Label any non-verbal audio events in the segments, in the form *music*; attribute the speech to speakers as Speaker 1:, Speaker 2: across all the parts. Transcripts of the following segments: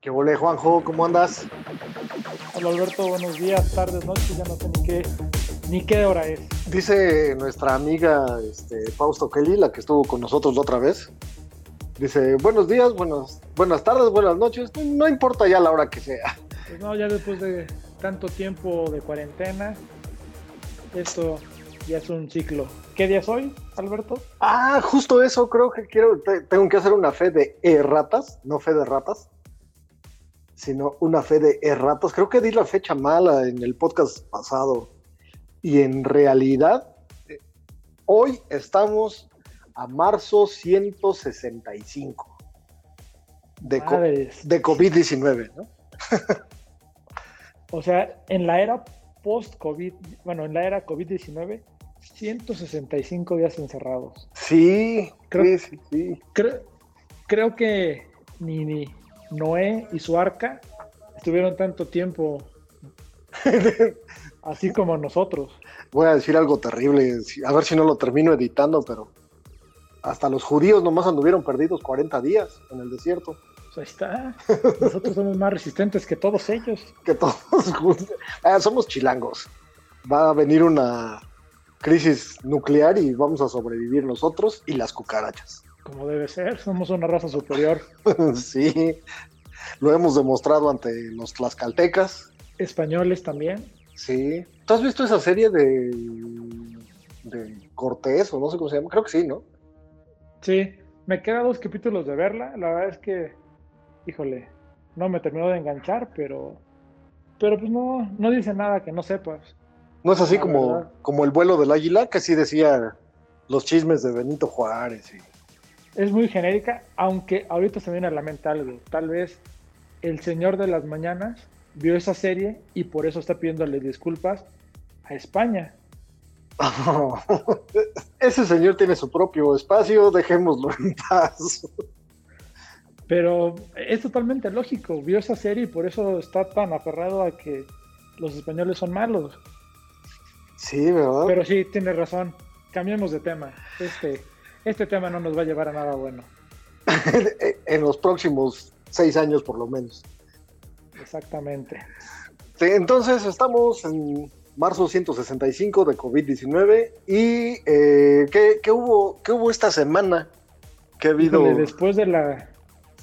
Speaker 1: ¿Qué volé, Juanjo? ¿Cómo andas?
Speaker 2: Hola Alberto, buenos días, tardes, noches, ya no sé ni qué, ni qué hora es.
Speaker 1: Dice nuestra amiga este, Fausto Kelly, la que estuvo con nosotros la otra vez. Dice, buenos días, buenas, buenas tardes, buenas noches. No, no importa ya la hora que sea.
Speaker 2: Pues no, ya después de tanto tiempo de cuarentena, esto ya es un ciclo. ¿Qué día es hoy, Alberto?
Speaker 1: Ah, justo eso, creo que quiero, te- tengo que hacer una fe de erratas, no fe de ratas, sino una fe de erratas. Creo que di la fecha mala en el podcast pasado y en realidad eh, hoy estamos a marzo 165 de, co-
Speaker 2: Madres.
Speaker 1: de COVID-19, ¿no?
Speaker 2: O sea, en la era post-COVID, bueno, en la era COVID-19, 165 días encerrados.
Speaker 1: Sí,
Speaker 2: Creo-
Speaker 1: sí, sí, sí.
Speaker 2: Creo, creo que ni, ni Noé y su arca estuvieron tanto tiempo *laughs* así como nosotros.
Speaker 1: Voy a decir algo terrible, si- a ver si no lo termino editando, pero hasta los judíos nomás anduvieron perdidos 40 días en el desierto,
Speaker 2: Pues ahí está. Nosotros somos más resistentes que todos ellos.
Speaker 1: que *laughs* todos jud- Ah, somos chilangos. Va a venir una crisis nuclear y vamos a sobrevivir nosotros y las cucarachas. *laughs*
Speaker 2: Como debe ser, somos una raza superior.
Speaker 1: sí, lo hemos demostrado ante los tlaxcaltecas.
Speaker 2: Españoles también.
Speaker 1: Sí. ¿Tú has visto esa serie de, de Cortés o no sé cómo se llama? Creo que sí, ¿no?
Speaker 2: Sí, me quedan dos capítulos de verla. La verdad es que, híjole, no me terminó de enganchar, pero, pero pues no, no dice nada que no sepas.
Speaker 1: No es así
Speaker 2: La
Speaker 1: como,
Speaker 2: verdad.
Speaker 1: como el vuelo del águila, que sí decía los chismes de Benito Juárez. *laughs* y-
Speaker 2: Es muy genérica, aunque ahorita se me viene a la mente algo. Tal vez el señor de las mañanas vio esa serie y por eso está pidiéndole disculpas a España.
Speaker 1: Ese señor tiene su propio espacio, dejémoslo en paz.
Speaker 2: Pero es totalmente lógico, vio esa serie y por eso está tan aferrado a que los españoles son malos.
Speaker 1: Sí, ¿verdad? *laughs*
Speaker 2: Pero sí, tienes razón, cambiemos de tema. Este, este tema no nos va a llevar a nada bueno.
Speaker 1: en los próximos seis años por lo menos.
Speaker 2: Exactamente.
Speaker 1: Sí, entonces estamos en marzo 165 de COVID-19 y eh, ¿qué, qué hubo, ¿qué hubo esta semana? ¿Qué ha habido?
Speaker 2: Híjole, Después de la,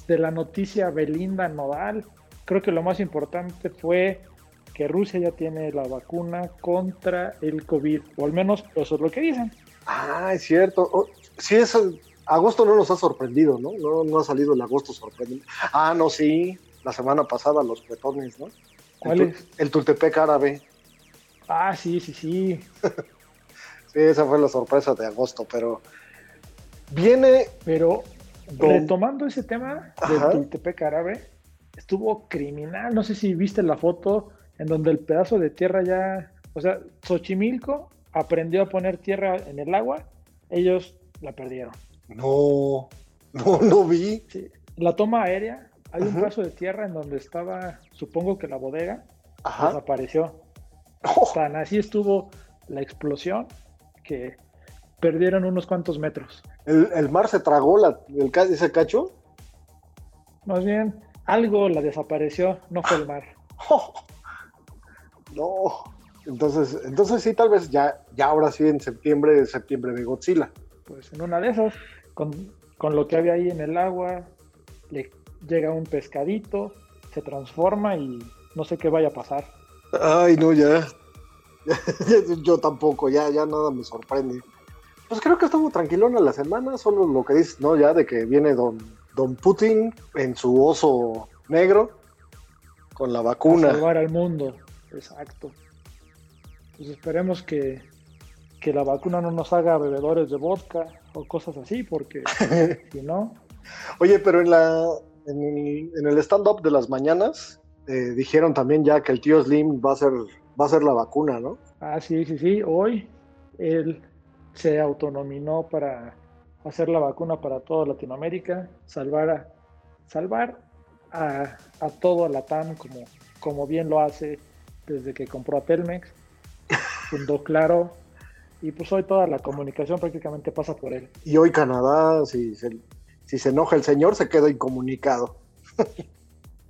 Speaker 2: de la noticia Belinda Nodal, creo que lo más importante fue que Rusia ya tiene la vacuna contra el COVID, o al menos eso es lo que dicen.
Speaker 1: Ah, es cierto. Oh, sí, es el- agosto no nos ha sorprendido, ¿no? ¿no? No ha salido el agosto sorprendente. Ah, no, sí. La semana pasada los bretones, ¿no? El
Speaker 2: ¿Cuál
Speaker 1: tu-
Speaker 2: es?
Speaker 1: El Tultepec árabe.
Speaker 2: Ah, sí, sí, sí.
Speaker 1: Sí, esa fue la sorpresa de agosto, pero viene
Speaker 2: Pero
Speaker 1: Don-
Speaker 2: Retomando ese tema
Speaker 1: Ajá.
Speaker 2: del Tultepec árabe, estuvo criminal. No sé si viste la foto en donde el pedazo de tierra ya. O sea, Xochimilco aprendió a poner tierra en el agua, ellos la perdieron.
Speaker 1: No, no, no vi.
Speaker 2: Sí. La toma aérea, hay un
Speaker 1: Ajá.
Speaker 2: pedazo de tierra en donde estaba, supongo que la bodega,
Speaker 1: Ajá.
Speaker 2: desapareció.
Speaker 1: Oh,
Speaker 2: Tan así estuvo la explosión que perdieron unos cuantos metros.
Speaker 1: el, el mar se tragó la, el, ca- ese cacho.
Speaker 2: Más bien, algo la desapareció, no fue el mar.
Speaker 1: Oh, no. Entonces, entonces sí, tal vez ya, ya ahora sí en septiembre, septiembre de Godzilla.
Speaker 2: pues en una de esas, con, con lo que había ahí en el agua, le llega un pescadito, se transforma y no sé qué vaya a pasar.
Speaker 1: Ay, no, ya. *laughs* Yo tampoco, ya, ya nada me sorprende. Pues creo que estuvo tranquilona la semana, solo lo que dices, ¿no? Ya de que viene don, don Putin en su oso negro con la
Speaker 2: A
Speaker 1: vacuna.
Speaker 2: salvar al mundo. Exacto. Pues esperemos que, que la vacuna no nos haga bebedores de vodka o cosas así, porque si no,
Speaker 1: Oye, pero en la en el, en el stand-up de las mañanas eh, dijeron también ya que el tío Slim va a ser, va a ser la vacuna, ¿no?
Speaker 2: ah, sí, sí, sí, hoy él se autonominó para hacer la vacuna para toda Latinoamérica, salvar a, salvar a, a todo Latam como, como bien lo hace desde que compró a Telmex, fundó Claro, y pues hoy toda la comunicación prácticamente pasa por él.
Speaker 1: Y hoy Canadá, si se, si se enoja el señor, se queda incomunicado.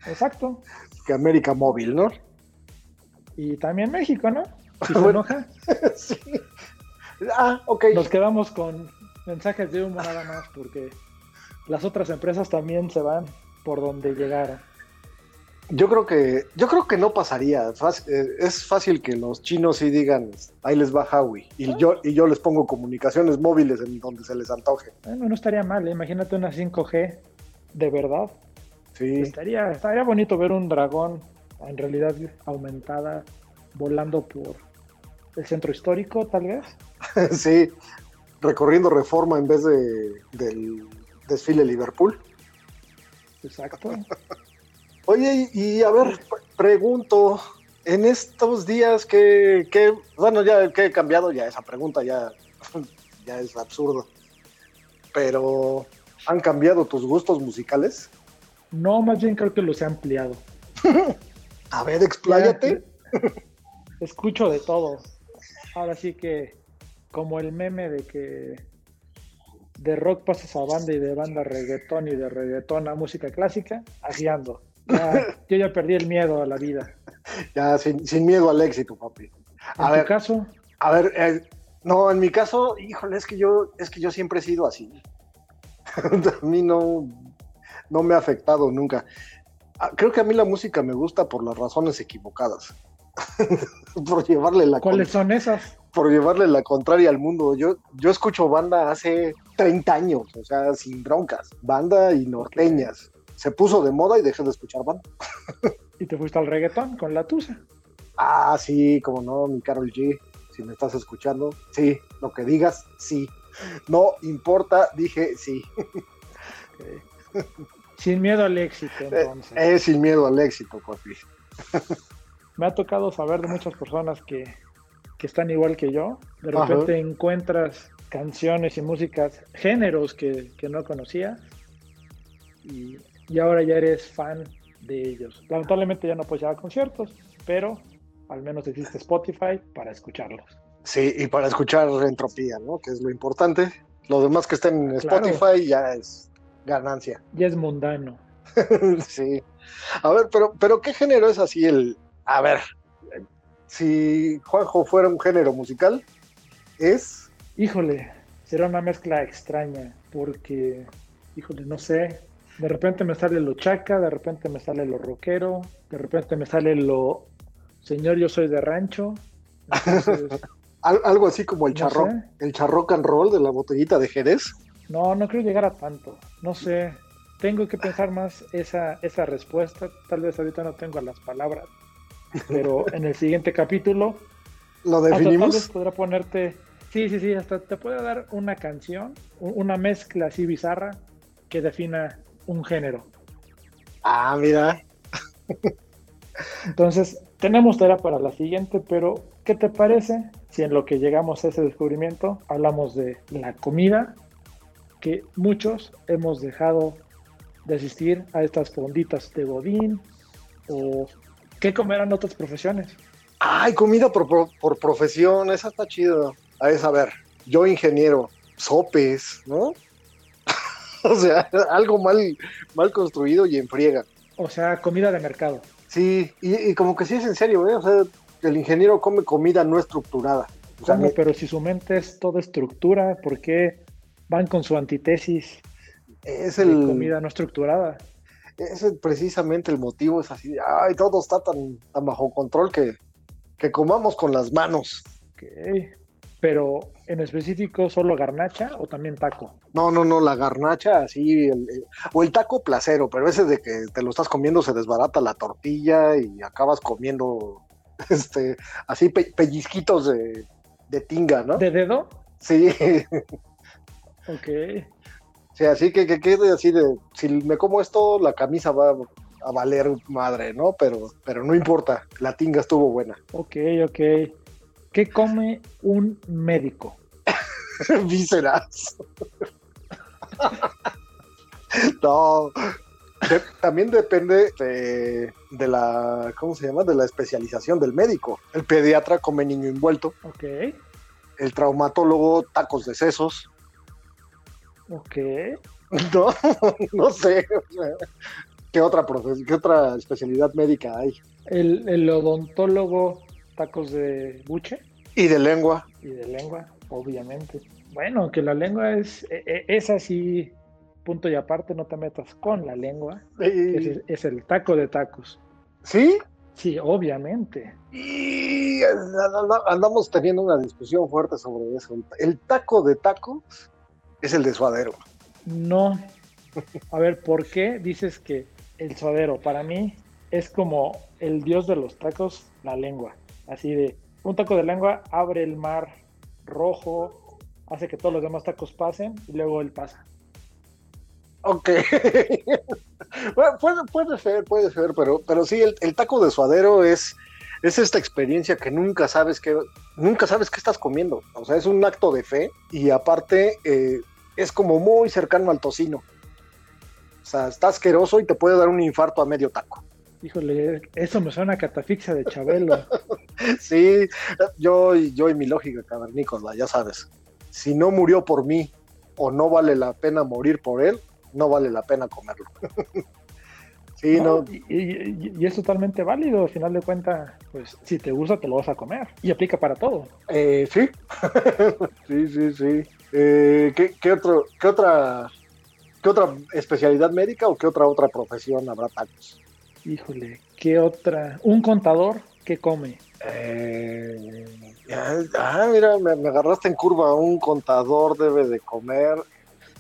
Speaker 2: Exacto.
Speaker 1: que América Móvil, ¿no?
Speaker 2: Y también México, ¿no? Si se
Speaker 1: Bueno.
Speaker 2: enoja.
Speaker 1: *laughs* sí. Ah, ok.
Speaker 2: Nos quedamos con mensajes de humo nada más porque las otras empresas también se van por donde llegaron.
Speaker 1: Yo creo que, yo creo que no pasaría. Fácil- eh, es fácil que los chinos sí digan, ahí les va Huawei. Y yo, y yo les pongo comunicaciones móviles en donde se les antoje.
Speaker 2: Bueno, no estaría mal, ¿eh? imagínate una 5G de verdad.
Speaker 1: Sí.
Speaker 2: Estaría, estaría bonito ver un dragón en realidad aumentada volando por el centro histórico, tal vez.
Speaker 1: *laughs* sí. Recorriendo reforma en vez de, del desfile Liverpool.
Speaker 2: Exacto.
Speaker 1: Oye, y y a ver, pre- pregunto, en estos días que, que bueno, ya que he cambiado, ya esa pregunta ya, *laughs* ya es absurdo. Pero, ¿han cambiado tus gustos musicales?
Speaker 2: No, más bien creo que los he ampliado.
Speaker 1: A ver, expláyate.
Speaker 2: Ya, Escucho de todo. Ahora sí que, como el meme de que de rock pasas a banda y de banda a reggaetón y de reggaetón a música clásica, así ando. Ya, yo ya perdí el miedo a la vida.
Speaker 1: Ya, sin, sin miedo al éxito, papi.
Speaker 2: En
Speaker 1: A
Speaker 2: tu
Speaker 1: ver,
Speaker 2: caso,
Speaker 1: a ver, eh, no, en mi caso, híjole, es que yo, es que yo siempre he sido así. *laughs* a mí no, no me ha afectado nunca. Ah, Creo que a mí la música me gusta por las razones equivocadas. *laughs* por llevarle la
Speaker 2: ¿cuáles son esas?
Speaker 1: por llevarle la contraria al mundo. Yo, yo escucho banda hace 30 años, o sea, sin broncas, banda y norteñas. Se puso de moda y dejé de escuchar banda.
Speaker 2: Y te fuiste al reggaetón con la tusa.
Speaker 1: Ah, sí, como no, mi Carol G, si me estás escuchando, sí, lo que digas, sí. No importa, dije
Speaker 2: *laughs*
Speaker 1: sí.
Speaker 2: Ok. Sin miedo al éxito,
Speaker 1: Eh,
Speaker 2: entonces.
Speaker 1: Es sin miedo al éxito, papi.
Speaker 2: me ha tocado saber de muchas personas que, que están igual que yo. De
Speaker 1: Ajá.
Speaker 2: repente encuentras canciones y músicas, géneros que, que no conocías y, y ahora ya eres fan de ellos. Lamentablemente ya no puedes ir a conciertos, pero al menos existe Spotify para escucharlos.
Speaker 1: Sí, y para escuchar Entropía, ¿no? Que es lo importante. Lo demás que estén en
Speaker 2: Claro.
Speaker 1: Spotify ya es ganancia. *laughs*
Speaker 2: Ya es mundano.
Speaker 1: Sí. A ver, pero, pero ¿qué género es así el... A ver, eh, si Juanjo fuera un género musical, es...
Speaker 2: Híjole, será una mezcla extraña porque, híjole, no sé. De repente me sale lo chaca, de repente me sale lo rockero, de repente me sale lo señor, yo soy de rancho. Entonces,
Speaker 1: al- algo así como el
Speaker 2: No
Speaker 1: charro,
Speaker 2: sé.
Speaker 1: el charro and roll de la botellita de Jerez.
Speaker 2: no, no creo llegar a tanto. No sé. Tengo que pensar más esa, esa respuesta. Tal vez ahorita no tengo las palabras, pero en el siguiente capítulo
Speaker 1: Lo
Speaker 2: Hasta tal vez
Speaker 1: definimos.
Speaker 2: podrá ponerte. Sí, sí, sí, hasta te puede dar una canción, u- una mezcla así bizarra que defina un género.
Speaker 1: Ah, mira.
Speaker 2: Entonces, tenemos tarea para la siguiente, pero ¿qué te parece si en lo que llegamos a ese descubrimiento hablamos de la comida que muchos hemos dejado de asistir a estas fonditas de Godín o qué comerán otras profesiones?
Speaker 1: Ay, comida por, por- por profesión, esa está chida. A ver, a ver, yo ingeniero, sopes, ¿no? *laughs* o sea, algo mal, mal construido y en friega.
Speaker 2: O sea, comida de mercado.
Speaker 1: Sí, y, y como que sí es en serio, ¿eh? O sea, el ingeniero come comida no estructurada. O sea,
Speaker 2: ¿Cómo?
Speaker 1: me-
Speaker 2: Pero si su mente es toda estructura, ¿por qué van con su antítesis
Speaker 1: es
Speaker 2: de
Speaker 1: el,
Speaker 2: comida no estructurada?
Speaker 1: es el- precisamente el motivo, es así, ay, todo está tan, tan bajo control que, que comamos con las manos.
Speaker 2: Ok. Pero en específico, solo garnacha o también taco.
Speaker 1: No, no, no, la garnacha, así, el- el- o el taco placero, pero ese de que te lo estás comiendo se desbarata la tortilla y acabas comiendo, *laughs* este, así pe- pellizquitos de, de tinga, ¿no?
Speaker 2: ¿De dedo?
Speaker 1: Sí, *laughs*
Speaker 2: Ok.
Speaker 1: Sí, así que que quede así de, si me como esto, la camisa va a valer madre, ¿no? Pero, pero no importa, la tinga estuvo buena.
Speaker 2: Ok, ok. ¿Qué come un médico?
Speaker 1: *laughs* Vísceras. no. de- también depende de, de la, ¿cómo se llama? De la especialización del médico. El pediatra come niño envuelto,
Speaker 2: Ok,
Speaker 1: el traumatólogo tacos de sesos, *laughs*
Speaker 2: ok.
Speaker 1: ¿no? no sé. o sea, ¿Qué otra, profe- qué otra especialidad médica hay?
Speaker 2: El, el odontólogo, tacos de buche
Speaker 1: Y de lengua.
Speaker 2: y de lengua, obviamente. Bueno, que la lengua es, e- e- es así, punto y aparte, no te metas con la lengua.
Speaker 1: Y-
Speaker 2: Es, es el taco de tacos.
Speaker 1: ¿Sí?
Speaker 2: Sí, obviamente.
Speaker 1: Y anda- andamos teniendo una discusión fuerte sobre eso. El taco de taco es el de suadero.
Speaker 2: No. A ver, ¿por qué dices que el suadero para mí es como el dios de los tacos, la lengua? Así de, un taco de lengua abre el mar rojo, hace que todos los demás tacos pasen y luego él pasa.
Speaker 1: Ok. *laughs* Bueno, puede, puede ser, puede ser, pero, pero sí, el, el taco de suadero es, es esta experiencia que nunca sabes que nunca sabes qué estás comiendo. O sea, es un acto de fe y aparte eh, es como muy cercano al tocino. O sea, está asqueroso y te puede dar un infarto a medio taco. *laughs*
Speaker 2: Híjole, eso me suena a catafixia de Chabelo.
Speaker 1: Sí, yo, y- yo y mi lógica cavernícola, ya sabes. Si no murió por mí o no vale la pena morir por él, no vale la pena comerlo. *laughs* *laughs* sí, no,
Speaker 2: Y, y- y es totalmente válido, al final de cuentas, pues si te gusta te lo vas a comer. Y aplica para todo.
Speaker 1: Eh, sí. *laughs* sí, sí, sí. Eh, ¿qué, qué otro, qué otra, qué otra especialidad médica o qué otra otra profesión habrá tacos?
Speaker 2: Híjole, ¿qué otra? Un contador que come.
Speaker 1: Eh, ah, ah, mira, me, me agarraste en curva. Un contador debe de comer.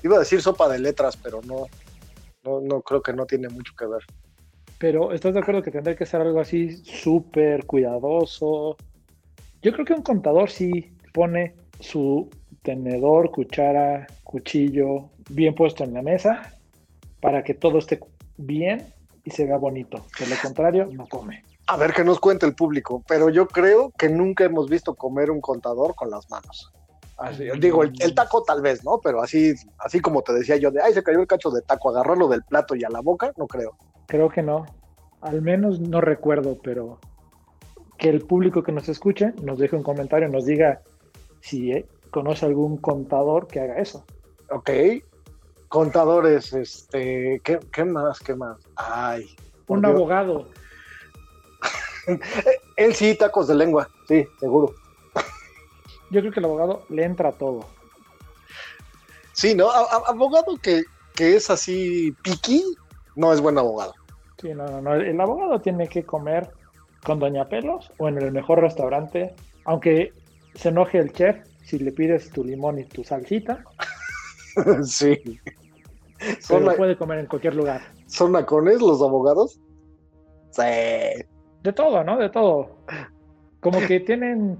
Speaker 1: Iba a decir sopa de letras, pero no, no, no creo que no tiene mucho que ver.
Speaker 2: Pero ¿estás de acuerdo que tendría que ser algo así súper cuidadoso? Yo creo que un contador sí pone su tenedor, cuchara, cuchillo bien puesto en la mesa para que todo esté bien y se vea bonito. De lo contrario, no come.
Speaker 1: A ver qué nos cuenta el público, pero yo creo que nunca hemos visto comer un contador con las manos. Así, digo, el, el taco tal vez, ¿no? Pero así, así como te decía yo, de ay, se cayó el cacho de taco, agarrarlo del plato y a la boca, no creo.
Speaker 2: Creo que no. Al menos no recuerdo, pero que el público que nos escuche nos deje un comentario, nos diga si eh, conoce algún contador que haga eso.
Speaker 1: Ok. Contadores, este, ¿qué, qué más? ¿Qué más? Ay. por
Speaker 2: Un
Speaker 1: Dios.
Speaker 2: abogado.
Speaker 1: Él sí, tacos de lengua, sí, seguro.
Speaker 2: Yo creo que el abogado le entra a todo.
Speaker 1: Sí, ¿no? A- a- abogado que, que es así piqui, no es buen abogado. *laughs*
Speaker 2: Sí, no, no, no. El, el abogado tiene que comer con Doña Pelos o en el mejor restaurante, aunque se enoje el chef si le pides tu limón y tu salsita,
Speaker 1: sí.
Speaker 2: pero
Speaker 1: Son, la-
Speaker 2: puede comer en cualquier lugar.
Speaker 1: ¿Son nacones los abogados? Sí.
Speaker 2: De todo, ¿no? De todo. Como que tienen,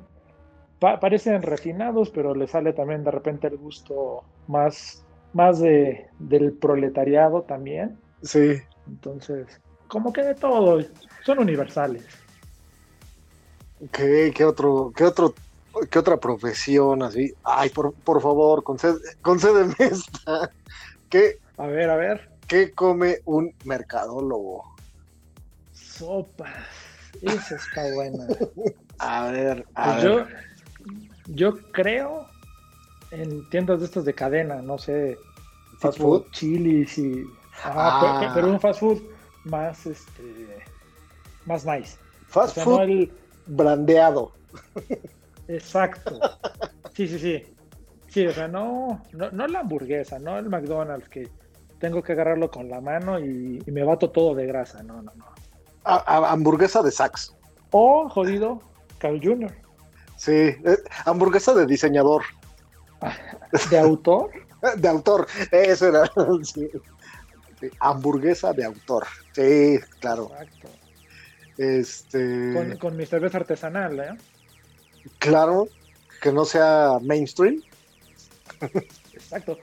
Speaker 2: pa- parecen refinados, pero les sale también de repente el gusto más, más de, del proletariado también.
Speaker 1: Sí.
Speaker 2: Entonces, como que de todo, son universales.
Speaker 1: ¿Qué, qué otro, qué otro, qué otra profesión así? Ay, por, por favor, conced- concédeme esta. ¿Qué,
Speaker 2: A ver, a ver.
Speaker 1: qué come un mercadólogo?
Speaker 2: Sopas. Esa está *laughs* buena.
Speaker 1: A ver, a
Speaker 2: Pues
Speaker 1: ver.
Speaker 2: yo, yo creo en tiendas de estas de cadena, no sé,
Speaker 1: Fast
Speaker 2: tipo
Speaker 1: food.
Speaker 2: chilis y. Ah, pe- pe-
Speaker 1: Ah.
Speaker 2: Pero, un fast food más este más nice. O
Speaker 1: Fast
Speaker 2: sea,
Speaker 1: food
Speaker 2: no el
Speaker 1: brandeado.
Speaker 2: exacto. Sí, sí, sí. Sí, o sea, no, no, no la hamburguesa, no el McDonald's que tengo que agarrarlo con la mano y, y me bato todo de grasa. No, no, no.
Speaker 1: A- a- hamburguesa de sax.
Speaker 2: O jodido, Carl Jr.
Speaker 1: Sí. eh, hamburguesa de diseñador, *laughs*
Speaker 2: de autor.
Speaker 1: de autor. Eso era. *laughs* sí. Sí, Hamburguesa de autor. Sí, claro.
Speaker 2: Exacto.
Speaker 1: Este.
Speaker 2: Con, con mi cerveza artesanal, ¿eh?
Speaker 1: Claro, que no sea mainstream.
Speaker 2: Exacto.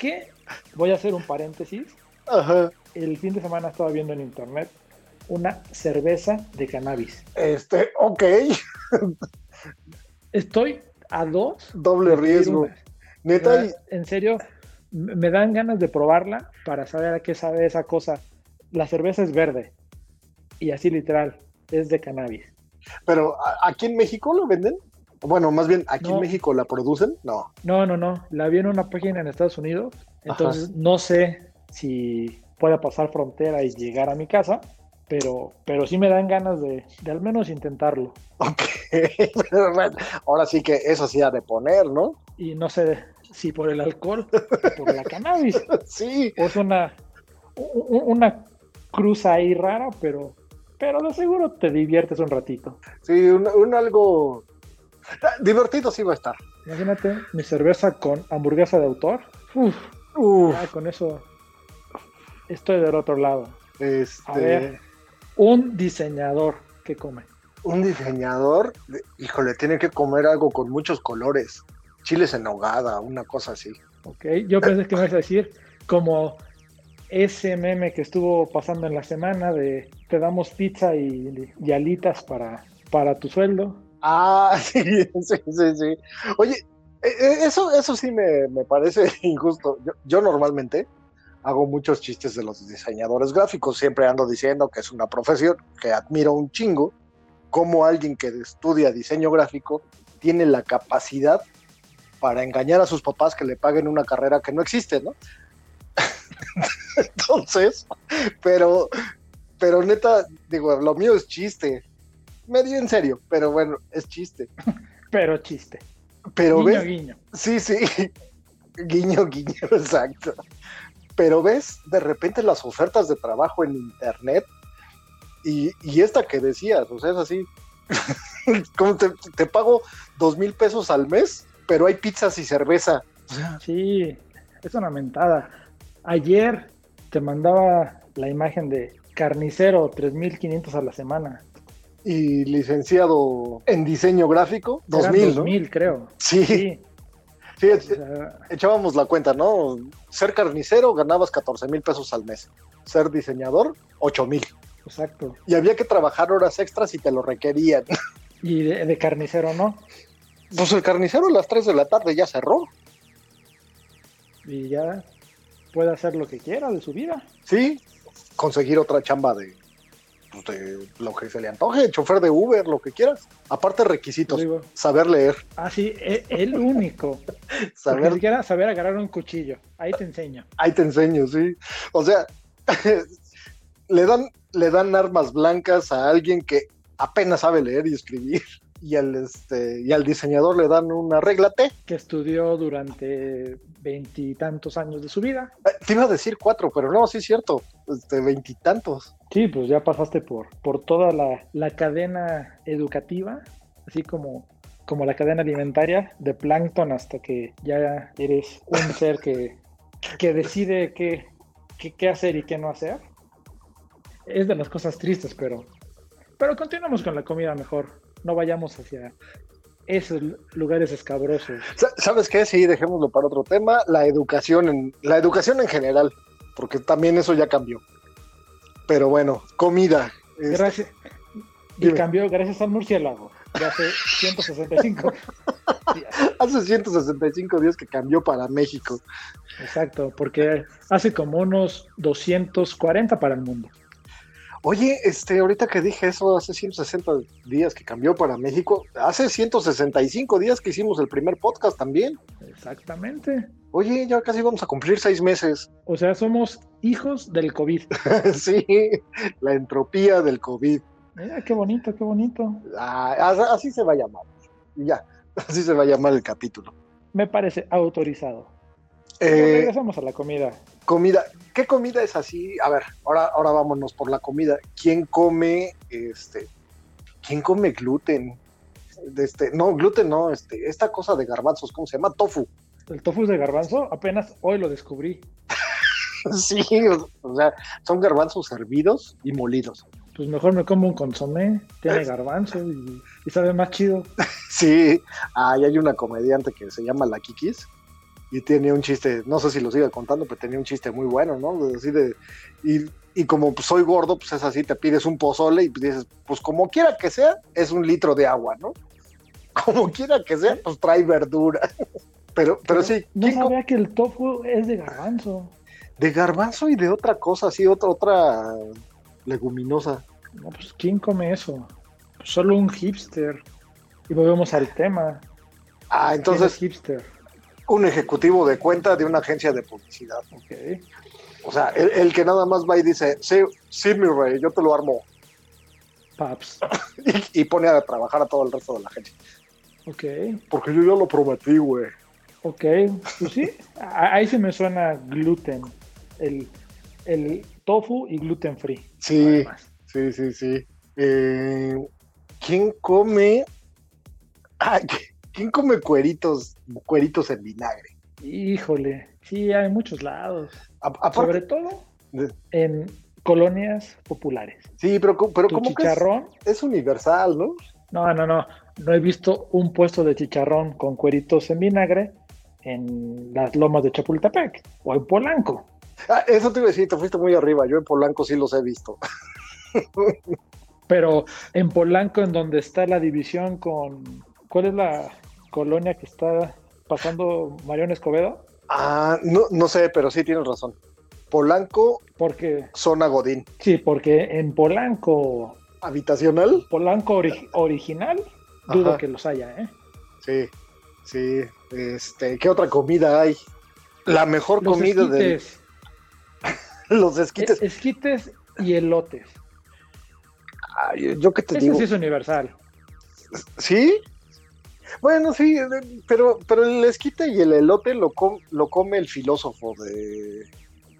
Speaker 2: Que voy a hacer un paréntesis.
Speaker 1: Ajá.
Speaker 2: El fin de semana estaba viendo en internet una cerveza de cannabis.
Speaker 1: Este, ok, *laughs*
Speaker 2: Estoy a dos.
Speaker 1: doble
Speaker 2: de pedir
Speaker 1: riesgo.
Speaker 2: una.
Speaker 1: Neta, y-
Speaker 2: Verdad, En serio, m- me dan ganas de probarla para saber a qué sabe esa cosa. La cerveza es verde. Y así literal, es de cannabis.
Speaker 1: pero ¿a- aquí en México la venden. Bueno, más bien, aquí en
Speaker 2: No.
Speaker 1: México la producen. No, *laughs*
Speaker 2: No, no, no. La vi en una página en Estados Unidos. Entonces no sé si pueda pasar frontera y llegar a mi casa, pero, pero sí me dan ganas de, de al menos intentarlo.
Speaker 1: Ok, pero bueno, ahora sí que eso sí ha de poner, ¿no? *laughs*
Speaker 2: Y no sé si por el alcohol o por la cannabis.
Speaker 1: Sí,
Speaker 2: O es una, u- u- una cruz ahí rara, pero, pero de seguro te diviertes un ratito.
Speaker 1: sí, un, un algo ah, divertido sí va a estar.
Speaker 2: Imagínate mi cerveza con hamburguesa de autor. Uf,
Speaker 1: Uf,
Speaker 2: ya con eso estoy del otro lado.
Speaker 1: este,
Speaker 2: a ver. Un diseñador que come.
Speaker 1: un diseñador, híjole, tiene que comer algo con muchos colores, chiles en hogada, una cosa así.
Speaker 2: Ok, yo pensé que me ibas a decir como ese meme que estuvo pasando en la semana de te damos pizza y, y alitas para, para tu sueldo.
Speaker 1: Ah, *laughs* sí, sí, sí, sí. Oye, e- e- eso, eso sí me, me parece *laughs* injusto. Yo, yo normalmente hago muchos chistes de los diseñadores gráficos. Siempre ando diciendo que es una profesión que admiro un chingo. Como alguien que estudia diseño gráfico tiene la capacidad para engañar a sus papás que le paguen una carrera que no existe, ¿no? *laughs* Entonces, pero, pero neta, digo, lo mío es chiste. Medio en serio, pero bueno, es chiste.
Speaker 2: Pero chiste.
Speaker 1: Pero
Speaker 2: guiño,
Speaker 1: ves,
Speaker 2: guiño.
Speaker 1: sí, sí, *laughs* guiño, guiño, *laughs* exacto. Pero ves de repente las ofertas de trabajo en internet y, y esta que decías, o sea, es así, *laughs* como te, te pago dos mil pesos al mes, pero hay pizzas y cerveza.
Speaker 2: Sí, es una mentada. Ayer te mandaba la imagen de carnicero 3500 a la semana.
Speaker 1: Y licenciado en diseño gráfico, dos
Speaker 2: Eran
Speaker 1: mil, ¿no?
Speaker 2: 2000, creo.
Speaker 1: Sí, *laughs* sí, *laughs*
Speaker 2: Sí,
Speaker 1: e-
Speaker 2: o sea,
Speaker 1: echábamos la cuenta, ¿no? Ser carnicero ganabas 14 mil pesos al mes, ser diseñador, ocho mil.
Speaker 2: exacto.
Speaker 1: y había que trabajar horas extras si te lo requerían. *laughs*
Speaker 2: Y de, de carnicero no.
Speaker 1: Pues el carnicero a las 3 de la tarde ya cerró.
Speaker 2: Y ya puede hacer lo que quiera de su vida.
Speaker 1: Sí, conseguir otra chamba de, pues, de lo que se le antoje, chofer de Uber, lo que quieras. Aparte
Speaker 2: Yo
Speaker 1: requisitos,
Speaker 2: digo,
Speaker 1: saber leer,
Speaker 2: ah, sí, e-
Speaker 1: *laughs*
Speaker 2: el único. Porque ni
Speaker 1: saber,
Speaker 2: siquiera saber agarrar un cuchillo. Ahí te enseño.
Speaker 1: ahí te enseño, sí. O sea, *laughs* le dan, le dan armas blancas a alguien que apenas sabe leer y escribir. Y al, este, y al diseñador le dan una regla T. Eh,
Speaker 2: Que estudió durante veintitantos años de su vida.
Speaker 1: Eh, Te iba a decir cuatro, pero no, sí es cierto. Este, veintitantos.
Speaker 2: Sí, pues ya pasaste por, por toda la, la cadena educativa, así como, como la cadena alimentaria, de plancton hasta que ya eres un *laughs* ser que, que decide qué, qué, qué hacer y qué no hacer. Es de las cosas tristes, pero, pero continuamos con la comida mejor. No vayamos hacia esos lugares escabrosos.
Speaker 1: Sa- ¿Sabes qué? Sí, dejémoslo para otro tema. La educación en, la educación en general, porque también eso ya cambió. Pero bueno, comida. Este, es-
Speaker 2: Gracias. Y
Speaker 1: Dime.
Speaker 2: cambió gracias al murciélago de hace 165 días.
Speaker 1: hace 165 días que cambió para México.
Speaker 2: Exacto, porque hace como unos 240 para el mundo.
Speaker 1: Oye, este, ahorita que dije eso, hace 160 días que cambió para México, hace 165 días que hicimos el primer podcast también.
Speaker 2: Exactamente.
Speaker 1: Oye, ya casi vamos a cumplir seis meses. *laughs*
Speaker 2: O sea, somos hijos del COVID.
Speaker 1: sí, la entropía del COVID.
Speaker 2: Mira, qué bonito, qué bonito.
Speaker 1: Ah, as- así se va a llamar. Y Ya, así se va a llamar el capítulo.
Speaker 2: Me parece autorizado. Pero
Speaker 1: Eh,
Speaker 2: regresamos a la comida.
Speaker 1: Comida, ¿qué comida es así? A ver, ahora, ahora vámonos por la comida. ¿Quién come este? ¿Quién come gluten? De Este, no, gluten no, este, esta cosa de garbanzos, ¿cómo se llama? Tofu. *laughs*
Speaker 2: El tofu de garbanzo apenas hoy lo descubrí.
Speaker 1: Sí, o sea, son garbanzos hervidos y molidos.
Speaker 2: Pues mejor me como un consomé,
Speaker 1: *laughs*
Speaker 2: tiene garbanzo y, y sabe más chido.
Speaker 1: Sí, ahí hay una comediante que se llama La Kikis y tiene un chiste, no sé si lo siga contando, pero tenía un chiste muy bueno, ¿no? De- Así de, y, y como pues, soy gordo, pues es así, te pides un pozole y pues, dices, pues como quiera que sea, es un litro de agua, ¿no? *laughs* Como quiera que sea, pues trae verdura. *laughs* Pero, pero sí,
Speaker 2: No
Speaker 1: ¿quién co-
Speaker 2: sabía que el tofu es de garbanzo.
Speaker 1: de garbanzo y de otra cosa, así, otra, otra leguminosa.
Speaker 2: No, pues ¿quién come eso? Solo un hipster. Y volvemos al tema. ¿Quién
Speaker 1: Ah, entonces
Speaker 2: es hipster.
Speaker 1: un ejecutivo de cuenta de una agencia de publicidad.
Speaker 2: Ok.
Speaker 1: O sea, el, el que nada más va y dice, sí, sí, mi rey, yo te lo armo. *laughs*
Speaker 2: Paps.
Speaker 1: Y, y pone a trabajar a todo el resto de la gente.
Speaker 2: Ok,
Speaker 1: Porque yo ya lo prometí, güey.
Speaker 2: ok. Pues sí, a- ahí se me suena gluten. El, el tofu y gluten free.
Speaker 1: Sí,
Speaker 2: además.
Speaker 1: sí, sí, sí. Eh, ¿Quién come? Ah, *laughs* ¿Quién come cueritos, cueritos en vinagre?
Speaker 2: Híjole, sí, hay muchos lados.
Speaker 1: A- aparte,
Speaker 2: Sobre todo
Speaker 1: de-
Speaker 2: en colonias populares.
Speaker 1: sí, pero, co- pero
Speaker 2: Tu
Speaker 1: como que es,
Speaker 2: chicharrón.
Speaker 1: es universal, ¿no?
Speaker 2: No, no, no. No he visto un puesto de chicharrón con cueritos en vinagre en las lomas de Chapultepec o en Polanco.
Speaker 1: Ah, eso te iba a decir, te fuiste muy arriba. Yo en Polanco sí los he visto.
Speaker 2: Pero en Polanco, en donde está la división con. ¿Cuál es la colonia que está pasando Mariano Escobedo?
Speaker 1: Ah, no, no sé, pero sí tienes razón. Polanco,
Speaker 2: Porque,
Speaker 1: zona Godín.
Speaker 2: sí, porque en Polanco,
Speaker 1: ¿Habitacional?
Speaker 2: Polanco ori- original, dudo
Speaker 1: Ajá.
Speaker 2: que los haya, ¿eh?
Speaker 1: Sí, sí. Este, ¿qué otra comida hay? La mejor
Speaker 2: Los
Speaker 1: comida de
Speaker 2: esquites,
Speaker 1: *laughs* los esquites.
Speaker 2: e- esquites y elotes.
Speaker 1: Ay, yo qué te
Speaker 2: Ese
Speaker 1: digo.
Speaker 2: sí es universal.
Speaker 1: ¿Sí? Bueno, sí, de- pero, pero el esquite y el elote lo, com- lo come el filósofo de,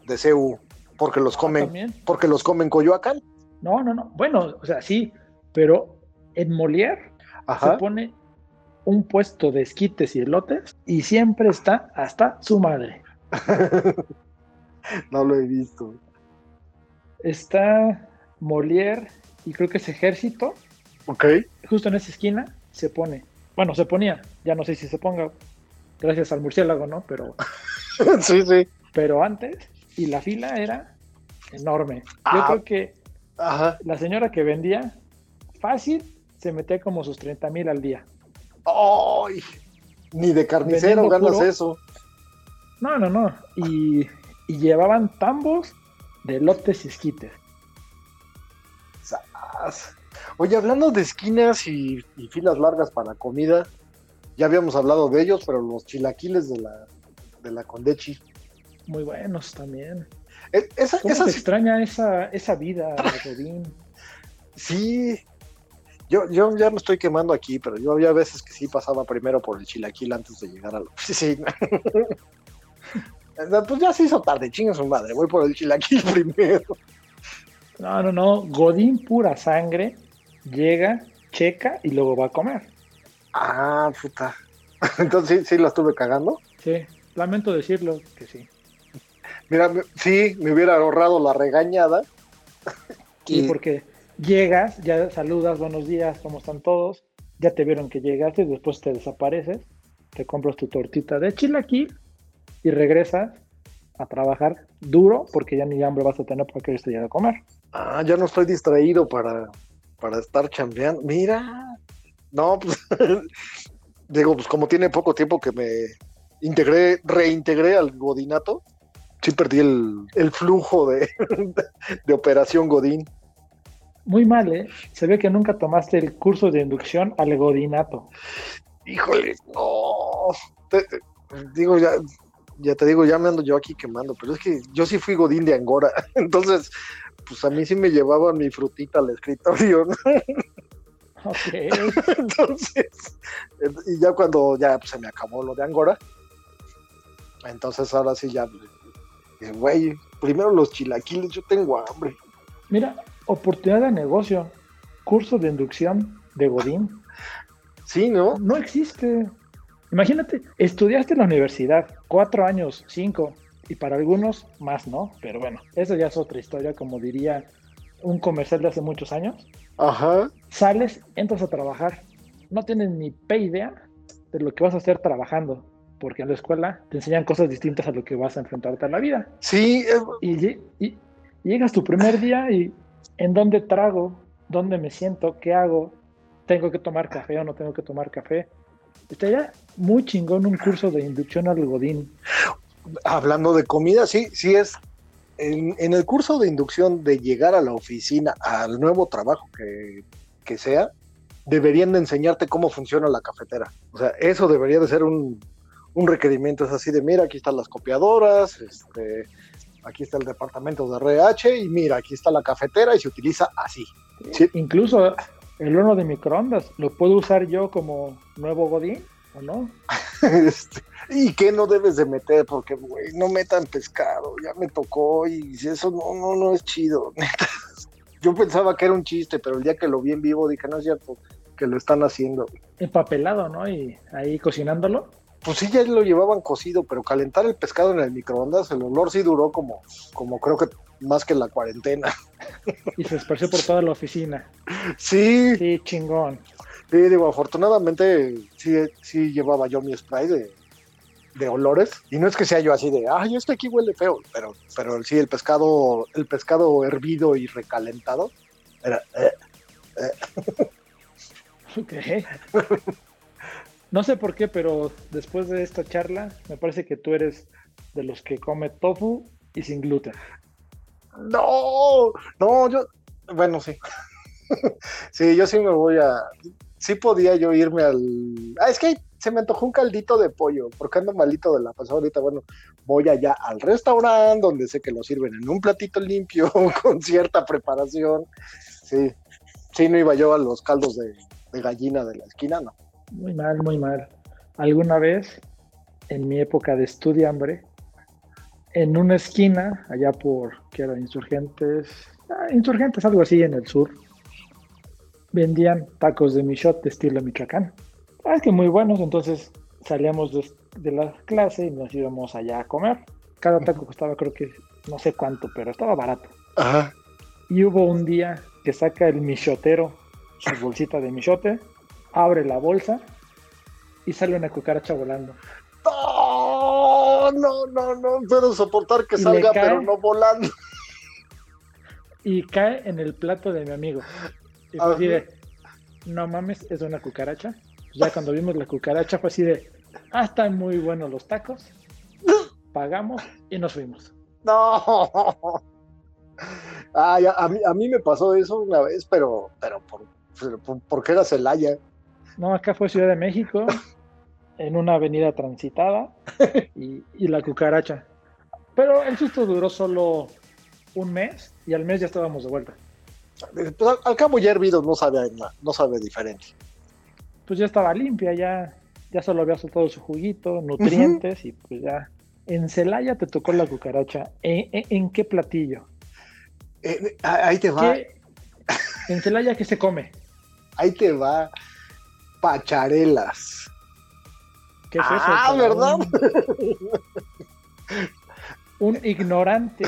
Speaker 1: de CEU, porque los comen,
Speaker 2: Ah, También.
Speaker 1: porque los comen Coyoacán.
Speaker 2: No, no, no. Bueno, o sea, sí, pero en Molière se
Speaker 1: Ajá.
Speaker 2: pone un puesto de esquites y elotes y siempre está hasta su madre.
Speaker 1: *laughs* no lo he visto.
Speaker 2: Está Molière y creo que es Ejército,
Speaker 1: Ok. *laughs*
Speaker 2: justo en esa esquina se pone. Bueno, se ponía, ya no sé si se ponga gracias al murciélago, ¿no? Pero,
Speaker 1: sí, sí.
Speaker 2: pero antes, y la fila era enorme. Yo
Speaker 1: Ah.
Speaker 2: creo que
Speaker 1: Ajá.
Speaker 2: la señora que vendía, fácil, se metía como sus 30 mil al día.
Speaker 1: ¡Ay! Ni de carnicero
Speaker 2: Veneno
Speaker 1: ganas
Speaker 2: puro.
Speaker 1: eso.
Speaker 2: No, no, no. Y, y llevaban tambos de lotes y esquites.
Speaker 1: Zas. Oye, hablando de esquinas y, y filas largas para comida, ya habíamos hablado de ellos, pero los chilaquiles de la, de la Condechi.
Speaker 2: Muy buenos también.
Speaker 1: E- Esa,
Speaker 2: ¿Cómo
Speaker 1: esa
Speaker 2: se
Speaker 1: sí-
Speaker 2: extraña esa, esa vida, Godín?
Speaker 1: sí. Yo, yo ya me estoy quemando aquí, pero yo había veces que sí pasaba primero por el chilaquil antes de llegar a la oficina. *laughs* No, pues ya se hizo tarde, chinga su madre, voy por el chilaquil *laughs* primero.
Speaker 2: No, no, no. Godín pura sangre llega, checa y luego va a comer.
Speaker 1: Ah, puta. *laughs* Entonces sí, sí la estuve cagando.
Speaker 2: Sí, lamento decirlo que sí.
Speaker 1: Mira, me- sí, me hubiera ahorrado la regañada.
Speaker 2: Sí, porque llegas, ya saludas, buenos días, ¿cómo están todos? Ya te vieron que llegaste, después te desapareces, te compras tu tortita de chilaquil y regresas a trabajar duro porque ya ni hambre vas a tener porque hoy te llega a comer.
Speaker 1: Ah, ya no estoy distraído para, para estar chambeando. Mira. No, pues. *laughs* digo, pues como tiene poco tiempo que me integré, reintegré al Godinato, sí perdí el, el flujo de, *laughs* de Operación Godín.
Speaker 2: Muy mal, ¿eh? Se ve que nunca tomaste el curso de inducción al godinato.
Speaker 1: Híjole, no. Te- te- digo, ya, ya te digo, ya me ando yo aquí quemando, pero es que yo sí fui Godín de Angora. *laughs* Entonces, pues a mí sí me llevaban mi frutita al escritorio, ¿no?
Speaker 2: *laughs* Ok.
Speaker 1: Entonces, y ya cuando ya pues, se me acabó lo de Angora, entonces ahora sí ya, eh, güey, primero los chilaquiles, yo tengo hambre.
Speaker 2: Mira, oportunidad de negocio. Curso de inducción de Godín.
Speaker 1: Sí, ¿no?
Speaker 2: No existe. Imagínate, estudiaste en la universidad cuatro años, cinco, y para algunos más, ¿no? Pero bueno, eso ya es otra historia, como diría un comercial de hace muchos años.
Speaker 1: Ajá.
Speaker 2: Sales, entras a trabajar, no tienes ni pe idea de lo que vas a hacer trabajando, porque en la escuela te enseñan cosas distintas a lo que vas a enfrentarte a la vida.
Speaker 1: Sí, eh,
Speaker 2: Y, lle- y- y llegas tu primer día y ¿en dónde trago? ¿Dónde me siento? ¿Qué hago? ¿Tengo que tomar café o no tengo que tomar café? Estaría muy chingón un curso de inducción al godín.
Speaker 1: hablando de comida, sí, sí es. En, en el curso de inducción de llegar a la oficina, al nuevo trabajo que, que sea, deberían de enseñarte cómo funciona la cafetera. O sea, eso debería de ser un, un requerimiento. Es así de, mira, aquí están las copiadoras, este, Aquí está el departamento de RH y mira, aquí está la cafetera y se utiliza así. Sí.
Speaker 2: Incluso el horno de microondas, ¿lo puedo usar yo como nuevo Godín o no?
Speaker 1: *laughs* Este, y que no debes de meter, porque güey, no metan pescado, ya me tocó y eso no, no, no es chido. *laughs* neta. Yo pensaba que era un chiste, pero el día que lo vi en vivo dije, no es cierto, que lo están haciendo.
Speaker 2: Empapelado, ¿no? Y ahí cocinándolo.
Speaker 1: Pues sí, ya lo llevaban cocido, pero calentar el pescado en el microondas, el olor sí duró como, como creo que más que la cuarentena. *laughs*
Speaker 2: Y se esparció por toda la oficina.
Speaker 1: Sí, sí,
Speaker 2: Sí, chingón.
Speaker 1: digo, afortunadamente sí, sí llevaba yo mi spray de, de olores. Y no es que sea yo así de, ay, este aquí huele feo, pero, pero sí, el pescado, el pescado hervido y recalentado era, eh,
Speaker 2: Ok. No sé por qué, pero después de esta charla, me parece que tú eres de los que come tofu y sin gluten.
Speaker 1: No, no, yo, bueno, sí. *laughs* sí, yo sí me voy a, sí podía yo irme al, ah, es que se me antojó un caldito de pollo, porque ando malito de la pasada ahorita, bueno, voy allá al restaurante donde sé que lo sirven en un platito limpio, *laughs* con cierta preparación. Sí, sí, no iba yo a los caldos de, de gallina de la esquina, no.
Speaker 2: Muy mal, muy mal. Alguna vez, en mi época de estudiambre, en una esquina, allá por, que era insurgentes, ah, insurgentes, algo así en el sur, vendían tacos de michote estilo Michoacán. Ah, es que muy buenos, entonces salíamos de, de la clase y nos íbamos allá a comer. Cada taco costaba creo que no sé cuánto, pero estaba barato.
Speaker 1: Ajá.
Speaker 2: Y hubo un día que saca el michotero su bolsita de michote, abre la bolsa y sale una cucaracha volando.
Speaker 1: No, no, no, no puedo soportar que
Speaker 2: Y le
Speaker 1: salga,
Speaker 2: cae.
Speaker 1: pero no volando.
Speaker 2: Y cae en el plato de mi amigo. Y fue así de, no mames, es una cucaracha. Ya cuando vimos la cucaracha fue así de, ah, están muy buenos los tacos. Pagamos y nos fuimos.
Speaker 1: No. Ay, a, a mí, a mí me pasó eso una vez, pero, pero, por, pero por- porque era Celaya.
Speaker 2: No, acá fue Ciudad
Speaker 1: *laughs*
Speaker 2: de México, en una avenida transitada, y, y la cucaracha. Pero el susto duró solo un mes y al mes ya estábamos de vuelta.
Speaker 1: Pues, al, al cabo ya hervido no sabe, a na- no sabe diferente.
Speaker 2: Pues ya estaba limpia, ya, ya solo había soltado su juguito, nutrientes y pues ya. En Celaya te tocó la cucaracha. ¿En, en- en qué platillo?
Speaker 1: Eh, ah, ahí te va,
Speaker 2: ¿Qué- ¿En Celaya qué se come?
Speaker 1: ahí te va. Pacharelas.
Speaker 2: ¿Qué es eso?
Speaker 1: Ah,
Speaker 2: Para
Speaker 1: ¿verdad?
Speaker 2: Un, un ignorante,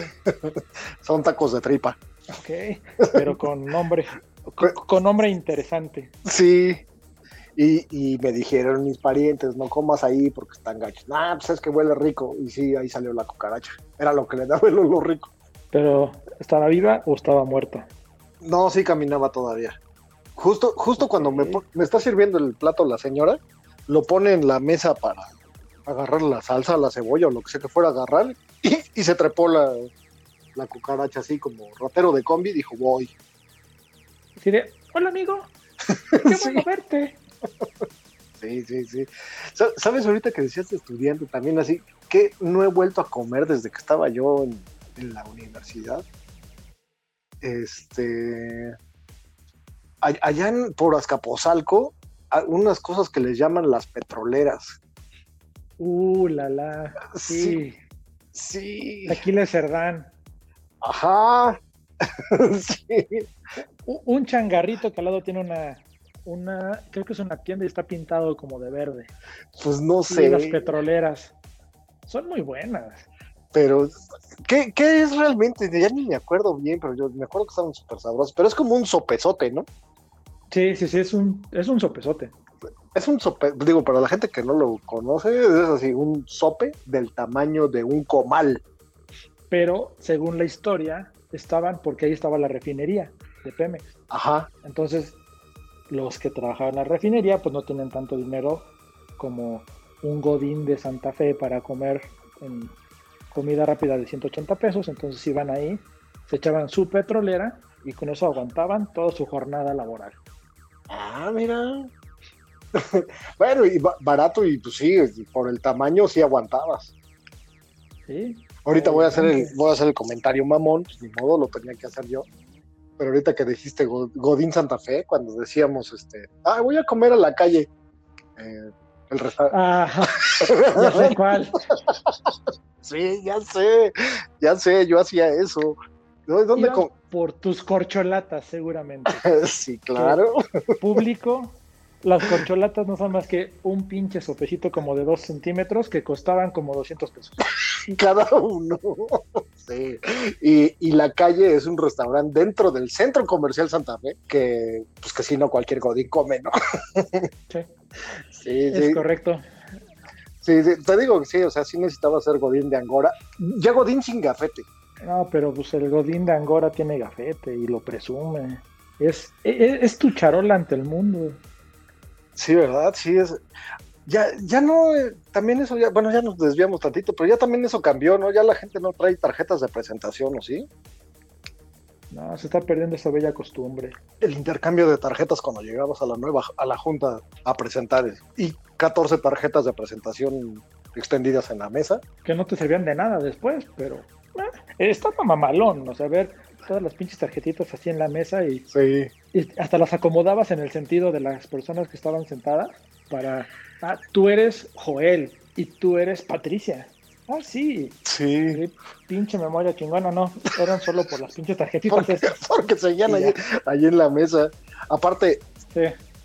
Speaker 1: Son tacos de tripa.
Speaker 2: ok, pero con nombre, con, con nombre interesante.
Speaker 1: Sí. Y, y me dijeron mis parientes, no comas ahí porque están gachos. Ah, pues es que huele rico. Y sí, ahí salió la cucaracha. Era lo que le daba el olor rico.
Speaker 2: Pero, ¿estaba viva o estaba muerta?
Speaker 1: No, sí caminaba todavía. Justo, justo cuando me, po- me está sirviendo el plato la señora, lo pone en la mesa para agarrar la salsa, la cebolla o lo que sea que fuera a agarrar, y, y se trepó la, la cucaracha así como ratero de combi, dijo voy.
Speaker 2: Así de, hola amigo,
Speaker 1: *laughs*
Speaker 2: qué
Speaker 1: Sí.
Speaker 2: bueno verte.
Speaker 1: Sí, sí, sí. Sa- ¿Sabes ahorita que decías de estudiante también así? Que no he vuelto a comer desde que estaba yo en, en la universidad. Este. a- Allá en- por Azcapotzalco, a- unas cosas que les llaman las petroleras. *laughs*
Speaker 2: Uh, la la, sí,
Speaker 1: Sí.
Speaker 2: Aquiles Cerdán.
Speaker 1: Ajá. *laughs* sí.
Speaker 2: U- Un changarrito que al lado tiene una, una, creo que es una tienda y está pintado como de verde.
Speaker 1: Pues no
Speaker 2: Sí, las
Speaker 1: sé.
Speaker 2: petroleras. Son muy buenas.
Speaker 1: Pero, ¿qué, ¿qué es realmente? Ya ni me acuerdo bien, pero yo me acuerdo que estaban súper sabrosos. Pero es como un sopesote, ¿no?
Speaker 2: Sí, sí, sí, es un, es un sopesote.
Speaker 1: Es un sope, digo, para la gente que no lo conoce, es así, un sope del tamaño de un comal.
Speaker 2: Pero según la historia, estaban porque ahí estaba la refinería de Pemex.
Speaker 1: Ajá.
Speaker 2: Entonces, los que trabajaban en la refinería, pues no tienen tanto dinero como un godín de Santa Fe para comer en comida rápida de 180 pesos. Entonces iban ahí, se echaban su petrolera y con eso aguantaban toda su jornada laboral.
Speaker 1: Ah, *laughs* mira. bueno, y ba- barato, y pues sí, por el tamaño sí aguantabas.
Speaker 2: ¿sí?
Speaker 1: Ahorita voy a hacer el, voy a hacer el comentario mamón, pues, ni modo, lo tenía que hacer yo. Pero ahorita que dijiste Go- Godín Santa Fe, cuando decíamos, este, ah, voy a comer a la calle, eh, el restaurante.
Speaker 2: Ah, *laughs* ya sé cuál.
Speaker 1: *laughs* sí, ya sé, ya sé, yo hacía eso. ¿No? ¿Dónde
Speaker 2: Iban
Speaker 1: com-
Speaker 2: Por tus corcholatas, seguramente.
Speaker 1: *laughs* sí, claro.
Speaker 2: Público, las corcholatas no son más que un pinche sopecito como de 2 centímetros que costaban como 200 pesos.
Speaker 1: cada uno. *laughs* Sí. Y, y la calle es un restaurante dentro del centro comercial Santa Fe, que pues que si no cualquier godín come, ¿no?
Speaker 2: Sí,
Speaker 1: *laughs* Sí,
Speaker 2: es
Speaker 1: sí,
Speaker 2: correcto.
Speaker 1: sí, sí. Te digo que sí, o sea, sí necesitaba ser godín de Angora. Ya godín sin gafete.
Speaker 2: No, pero pues el Godín de Angora tiene gafete y lo presume. Es, e, es, es tu charola ante el mundo.
Speaker 1: Sí, ¿verdad? Sí, es... Ya, ya no, eh, también eso, ya, bueno, ya nos desviamos tantito, pero ya también eso cambió, ¿no? Ya la gente no trae tarjetas de presentación, ¿o sí?
Speaker 2: No, se está perdiendo esa bella costumbre.
Speaker 1: El intercambio de tarjetas cuando llegabas a la nueva, a la junta a presentar y 14 tarjetas de presentación extendidas en la mesa.
Speaker 2: que no te servían de nada después, pero eh, estaba mamalón, o sea, ver todas las pinches tarjetitas así en la mesa y,
Speaker 1: Sí.
Speaker 2: y hasta las acomodabas en el sentido de las personas que estaban sentadas para, ah, tú eres Joel y tú eres Patricia. Ah, sí,
Speaker 1: Sí. *laughs*
Speaker 2: qué pinche memoria chingona, no, eran solo por las pinches tarjetitas esas.
Speaker 1: Porque seguían
Speaker 2: Y
Speaker 1: ahí, ahí en la mesa. Aparte,
Speaker 2: Sí,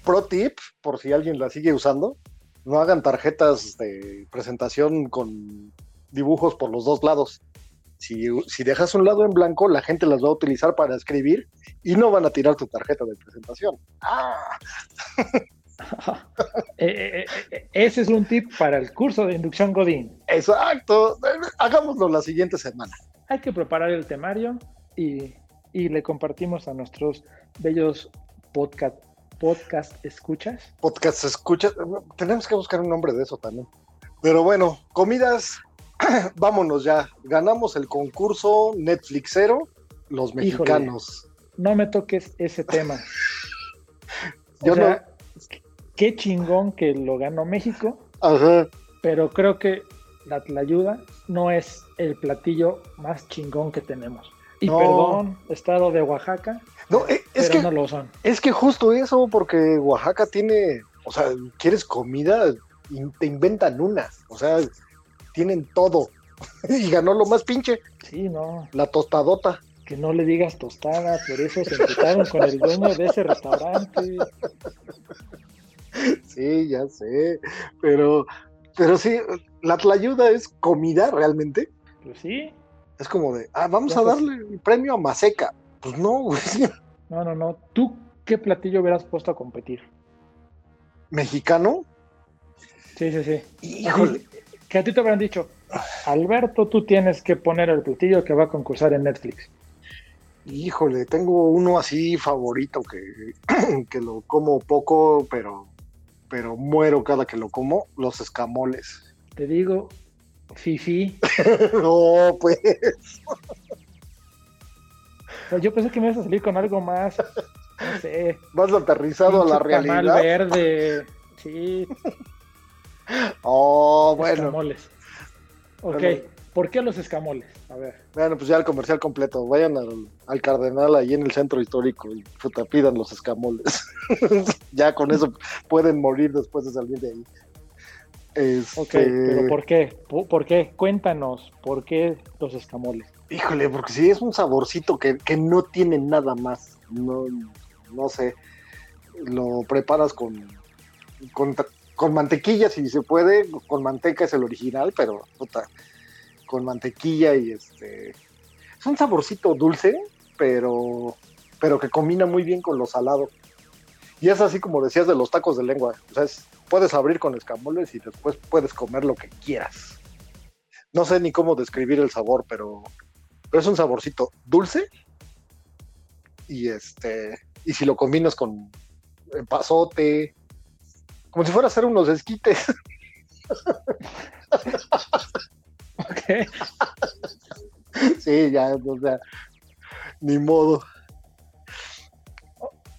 Speaker 1: pro tip, por si alguien la sigue usando, no hagan tarjetas de presentación con dibujos por los dos lados. Si, si dejas un lado en blanco, la gente las va a utilizar para escribir y no van a tirar tu tarjeta de presentación. Ah,
Speaker 2: Eh, eh, eh, ese es un tip para el curso de inducción Godín.
Speaker 1: exacto. Eh, Hagámoslo la siguiente semana.
Speaker 2: hay que preparar el temario y, y le compartimos a nuestros bellos podcast, podcast escuchas.
Speaker 1: podcast escucha. Tenemos que buscar un nombre de eso también. Pero bueno, comidas, *clears throat* vámonos ya. Ganamos el concurso Netflixero, los
Speaker 2: Híjole.
Speaker 1: mexicanos.
Speaker 2: No me toques ese tema.
Speaker 1: *laughs*
Speaker 2: O
Speaker 1: Yo
Speaker 2: sea, qué chingón que lo ganó México,
Speaker 1: no. Ajá.
Speaker 2: pero creo que la tlayuda no es el platillo más chingón que tenemos. Y
Speaker 1: No.
Speaker 2: perdón, estado de Oaxaca,
Speaker 1: No, eh, es,
Speaker 2: pero
Speaker 1: que,
Speaker 2: no lo son.
Speaker 1: es que justo eso, porque Oaxaca tiene, o sea, quieres comida, In- te inventan una. O sea, tienen todo. *laughs* y ganó lo más pinche,
Speaker 2: Sí, no,
Speaker 1: la tostadota.
Speaker 2: que no le digas tostada, por eso se emputaron con el dueño de ese restaurante.
Speaker 1: Sí, ya sé. Pero, pero sí, la tlayuda es comida realmente.
Speaker 2: Pues sí,
Speaker 1: Es como de, ah, vamos
Speaker 2: Ya
Speaker 1: a
Speaker 2: estás-
Speaker 1: darle el premio a Maseca. Pues no, güey. *laughs*
Speaker 2: No, no, no. ¿Tú qué platillo hubieras puesto a competir?
Speaker 1: Mexicano.
Speaker 2: Sí, sí, sí.
Speaker 1: Híjole.
Speaker 2: Así, que a ti te habrán dicho, Alberto, tú tienes que poner el platillo que va a concursar en Netflix.
Speaker 1: Híjole, tengo uno así favorito que, *clears throat* que lo como poco, pero, pero muero cada que lo como, los escamoles. *laughs*
Speaker 2: Te digo, Fifi.
Speaker 1: no, pues.
Speaker 2: O sea, yo pensé que me ibas a salir con algo más, no sé,
Speaker 1: Más aterrizado a la
Speaker 2: pinche tamal
Speaker 1: realidad.
Speaker 2: verde. Sí,
Speaker 1: Oh, bueno.
Speaker 2: escamoles. Ok,
Speaker 1: Bueno.
Speaker 2: ¿por qué los escamoles? A ver,
Speaker 1: Bueno, pues ya el comercial completo. Vayan al, al Cardenal ahí en el centro histórico y puta, pidan los escamoles. *laughs* ya con eso pueden morir después de salir de ahí. Este,
Speaker 2: ok, pero ¿por qué? ¿Por por qué? Cuéntanos, ¿por qué los escamoles?
Speaker 1: Híjole, porque sí es un saborcito que, que no tiene nada más. No, no sé. Lo preparas con, con, ta- con mantequilla si se puede. Con manteca es el original, pero puta, con mantequilla y este. Es un saborcito dulce, pero, pero que combina muy bien con lo salado. Y es así como decías de los tacos de lengua. O sea, es- puedes abrir con escamoles y después puedes comer lo que quieras. No sé ni cómo describir el sabor, pero pero es un saborcito dulce y este y si lo combinas con eh, pasote como si fuera a hacer unos esquites *laughs*
Speaker 2: Ok,
Speaker 1: sí ya o sea ni modo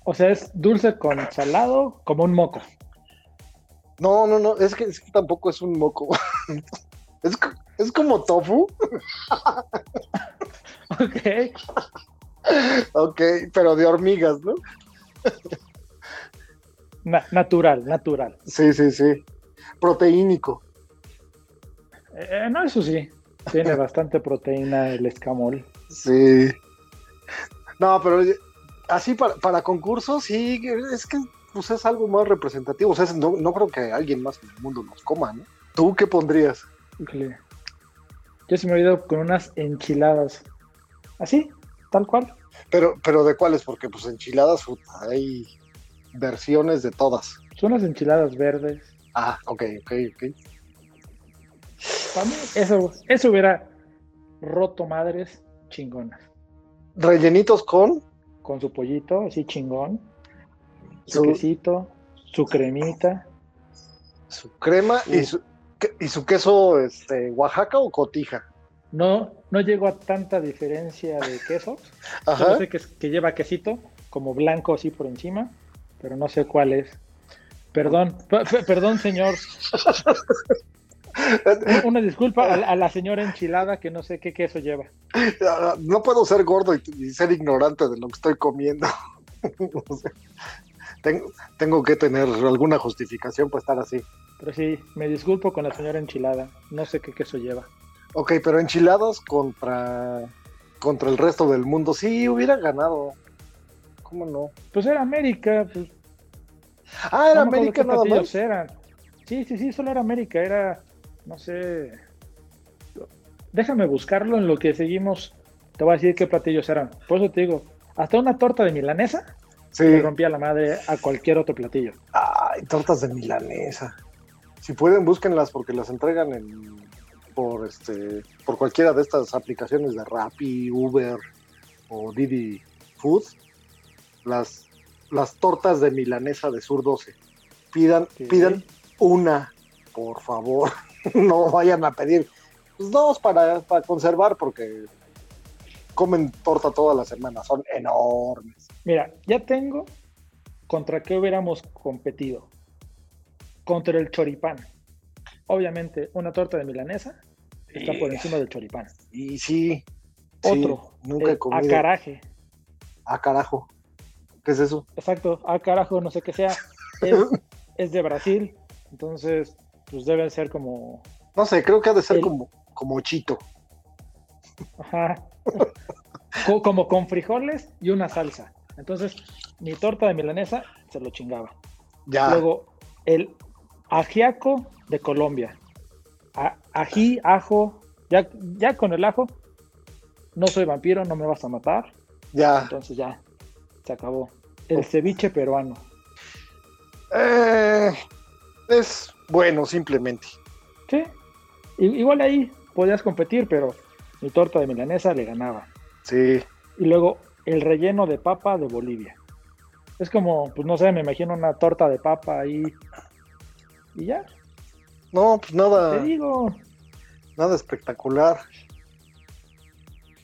Speaker 2: O sea, es dulce con salado como un moco.
Speaker 1: no no no *laughs* es que, es que tampoco es un moco es, co- ¿Es como tofu? *laughs*
Speaker 2: Ok.
Speaker 1: Ok, pero de hormigas, ¿no?
Speaker 2: Na- natural, natural.
Speaker 1: Sí, sí, sí. Proteínico.
Speaker 2: Eh, no, eso sí. Tiene bastante proteína el escamol.
Speaker 1: Sí. No, pero oye, así para, para concursos, sí, es que pues, es algo más representativo. O sea, es- no, no creo que alguien más en el mundo nos coma, ¿no? ¿Tú qué pondrías?
Speaker 2: Híjole. Yo se me he ido con unas enchiladas. Así, tal cual.
Speaker 1: Pero, pero ¿de cuáles? Porque pues enchiladas, puta, hay versiones de todas.
Speaker 2: Son unas enchiladas verdes.
Speaker 1: Ah, ok, ok, ok.
Speaker 2: Para mí, eso, eso hubiera roto madres chingonas.
Speaker 1: Rellenitos con
Speaker 2: Con su pollito, así chingón. Su,
Speaker 1: su,
Speaker 2: quesito, su cremita.
Speaker 1: su crema y
Speaker 2: Uh.
Speaker 1: su, que- y su queso, este, Oaxaca o Cotija.
Speaker 2: No, no llego a tanta diferencia de quesos. Yo
Speaker 1: Ajá.
Speaker 2: sé que, es- que lleva quesito, como blanco así por encima, pero no sé cuál es. Perdón, pe- pe- perdón, señor. U- Una disculpa a, la- a la señora enchilada que no sé qué queso lleva.
Speaker 1: *laughs* No puedo ser gordo y, y ser ignorante de lo que estoy comiendo. *laughs* O sea, tengo, tengo que tener alguna justificación para estar así.
Speaker 2: Pero sí, me disculpo con la señora enchilada. No sé qué queso lleva.
Speaker 1: Ok, pero enchiladas contra, contra el resto del mundo. Sí, hubiera ganado. ¿Cómo no?
Speaker 2: Pues era América. Pues,
Speaker 1: Ah, era
Speaker 2: no me acuerdo
Speaker 1: América
Speaker 2: qué
Speaker 1: nada
Speaker 2: platillos
Speaker 1: más.
Speaker 2: eran. Sí, sí, sí, solo era América. Era, no sé. Déjame buscarlo en lo que seguimos. Te voy a decir qué platillos eran. Por eso te digo, hasta una torta de milanesa
Speaker 1: Sí.
Speaker 2: le rompía la madre a cualquier otro platillo.
Speaker 1: Ay, tortas de milanesa. Si pueden, búsquenlas porque las entregan en, por este por cualquiera de estas aplicaciones de Rappi, Uber o Didi Food. Las, las tortas de milanesa de Sur 12. Pidan,
Speaker 2: Sí.
Speaker 1: pidan una, por favor. *laughs* no vayan a pedir pues, dos para, para conservar porque comen torta toda la semana. Son enormes.
Speaker 2: Mira, ya tengo contra qué hubiéramos competido. Contra el choripán. Obviamente, una torta de milanesa está por encima del choripán.
Speaker 1: Y sí. sí,
Speaker 2: Otro,
Speaker 1: nunca he
Speaker 2: el a
Speaker 1: comido.
Speaker 2: caraje.
Speaker 1: Ah, carajo. ¿Qué es eso?
Speaker 2: Exacto, a carajo, no sé qué sea. Es, es de Brasil, entonces, pues debe ser como.
Speaker 1: No sé, creo que ha de ser
Speaker 2: El-
Speaker 1: como, como chito.
Speaker 2: Ajá. Co- Como con frijoles y una salsa. Entonces, mi torta de milanesa se lo chingaba.
Speaker 1: Ya.
Speaker 2: Luego, el ajiaco de Colombia. A- ají, ajo. Ya, ya con el ajo, no soy vampiro, no me vas a matar.
Speaker 1: ya.
Speaker 2: Entonces ya, se acabó. El ceviche peruano.
Speaker 1: Eh, es bueno, simplemente.
Speaker 2: Sí. I- Igual ahí podías competir, pero mi torta de milanesa le ganaba.
Speaker 1: Sí.
Speaker 2: Y luego, el relleno de papa de Bolivia. Es como, pues no sé, me imagino una torta de papa ahí. Y ya,
Speaker 1: No, pues
Speaker 2: te
Speaker 1: nada,
Speaker 2: digo,
Speaker 1: nada espectacular.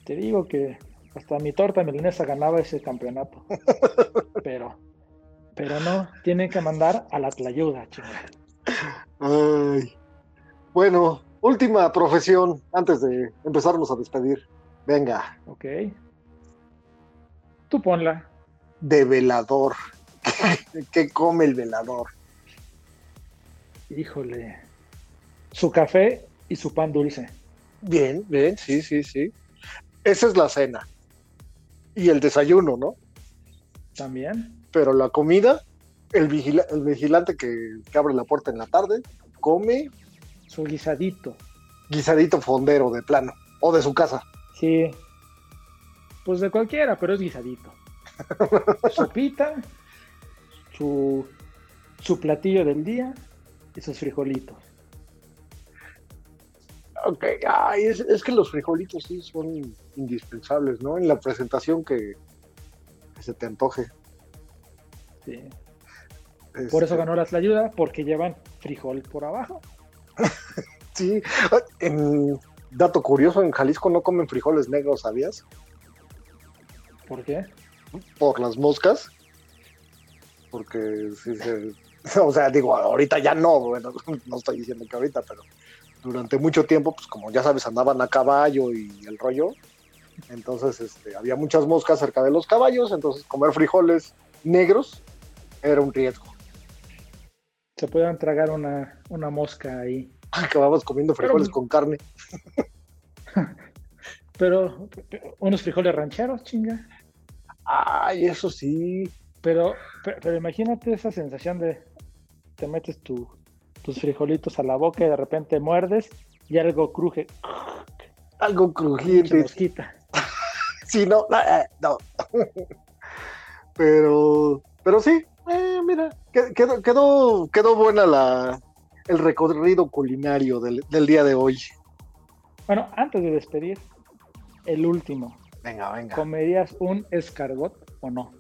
Speaker 2: Te digo que hasta mi torta milanesa ganaba ese campeonato. Pero, pero no, tienen que mandar a la tlayuda, chinga.
Speaker 1: Ay. Bueno, última profesión antes de empezarnos a despedir. Venga,
Speaker 2: Ok. Tú ponla.
Speaker 1: de velador. *laughs* ¿Qué come el velador?
Speaker 2: Híjole. Su café y su pan dulce.
Speaker 1: Bien, bien, sí, sí, sí. Esa es la cena. Y el desayuno, ¿no?
Speaker 2: También.
Speaker 1: pero la comida, el, vigila- el vigilante que, que abre la puerta en la tarde, come
Speaker 2: Su guisadito.
Speaker 1: guisadito fondero de plano, o de su casa.
Speaker 2: Sí. Pues de cualquiera, pero es guisadito. Sopita. Su, su platillo del día y sus frijolitos.
Speaker 1: Ok, ay, es, es que los frijolitos sí son indispensables, ¿no? En la presentación que, que se te antoje.
Speaker 2: Sí.
Speaker 1: Este,
Speaker 2: Por eso ganó la ayuda, porque llevan frijol por abajo.
Speaker 1: Sí, Ah, en- dato curioso, en Jalisco no comen frijoles negros, ¿sabías?
Speaker 2: ¿Por qué?
Speaker 1: Por las moscas. *laughs* Porque sí se- O sea, digo, ahorita ya no, bueno, no estoy diciendo que ahorita, pero durante mucho tiempo, pues como ya sabes, andaban a caballo y el rollo. Entonces este, había muchas moscas cerca de los caballos, entonces comer frijoles negros era un riesgo. *laughs*
Speaker 2: Se podían tragar una, una mosca ahí.
Speaker 1: Acababas comiendo frijoles
Speaker 2: Pero-
Speaker 1: con carne.
Speaker 2: Pero unos frijoles rancheros, chinga.
Speaker 1: Ay, eso sí.
Speaker 2: Pero, pero, pero imagínate esa sensación de te metes tu- tus frijolitos a la boca y de repente muerdes y algo cruje,
Speaker 1: Algo
Speaker 2: se
Speaker 1: crujiente.
Speaker 2: nos quita.
Speaker 1: Sí, no, ah, ah, no. *laughs* pero, pero sí, eh, mira, que- quedó, quedó, quedó buena la, el recorrido culinario del, del día de hoy.
Speaker 2: Bueno, antes de despedir, el último,
Speaker 1: Venga, venga.
Speaker 2: ¿comerías un escargot o no?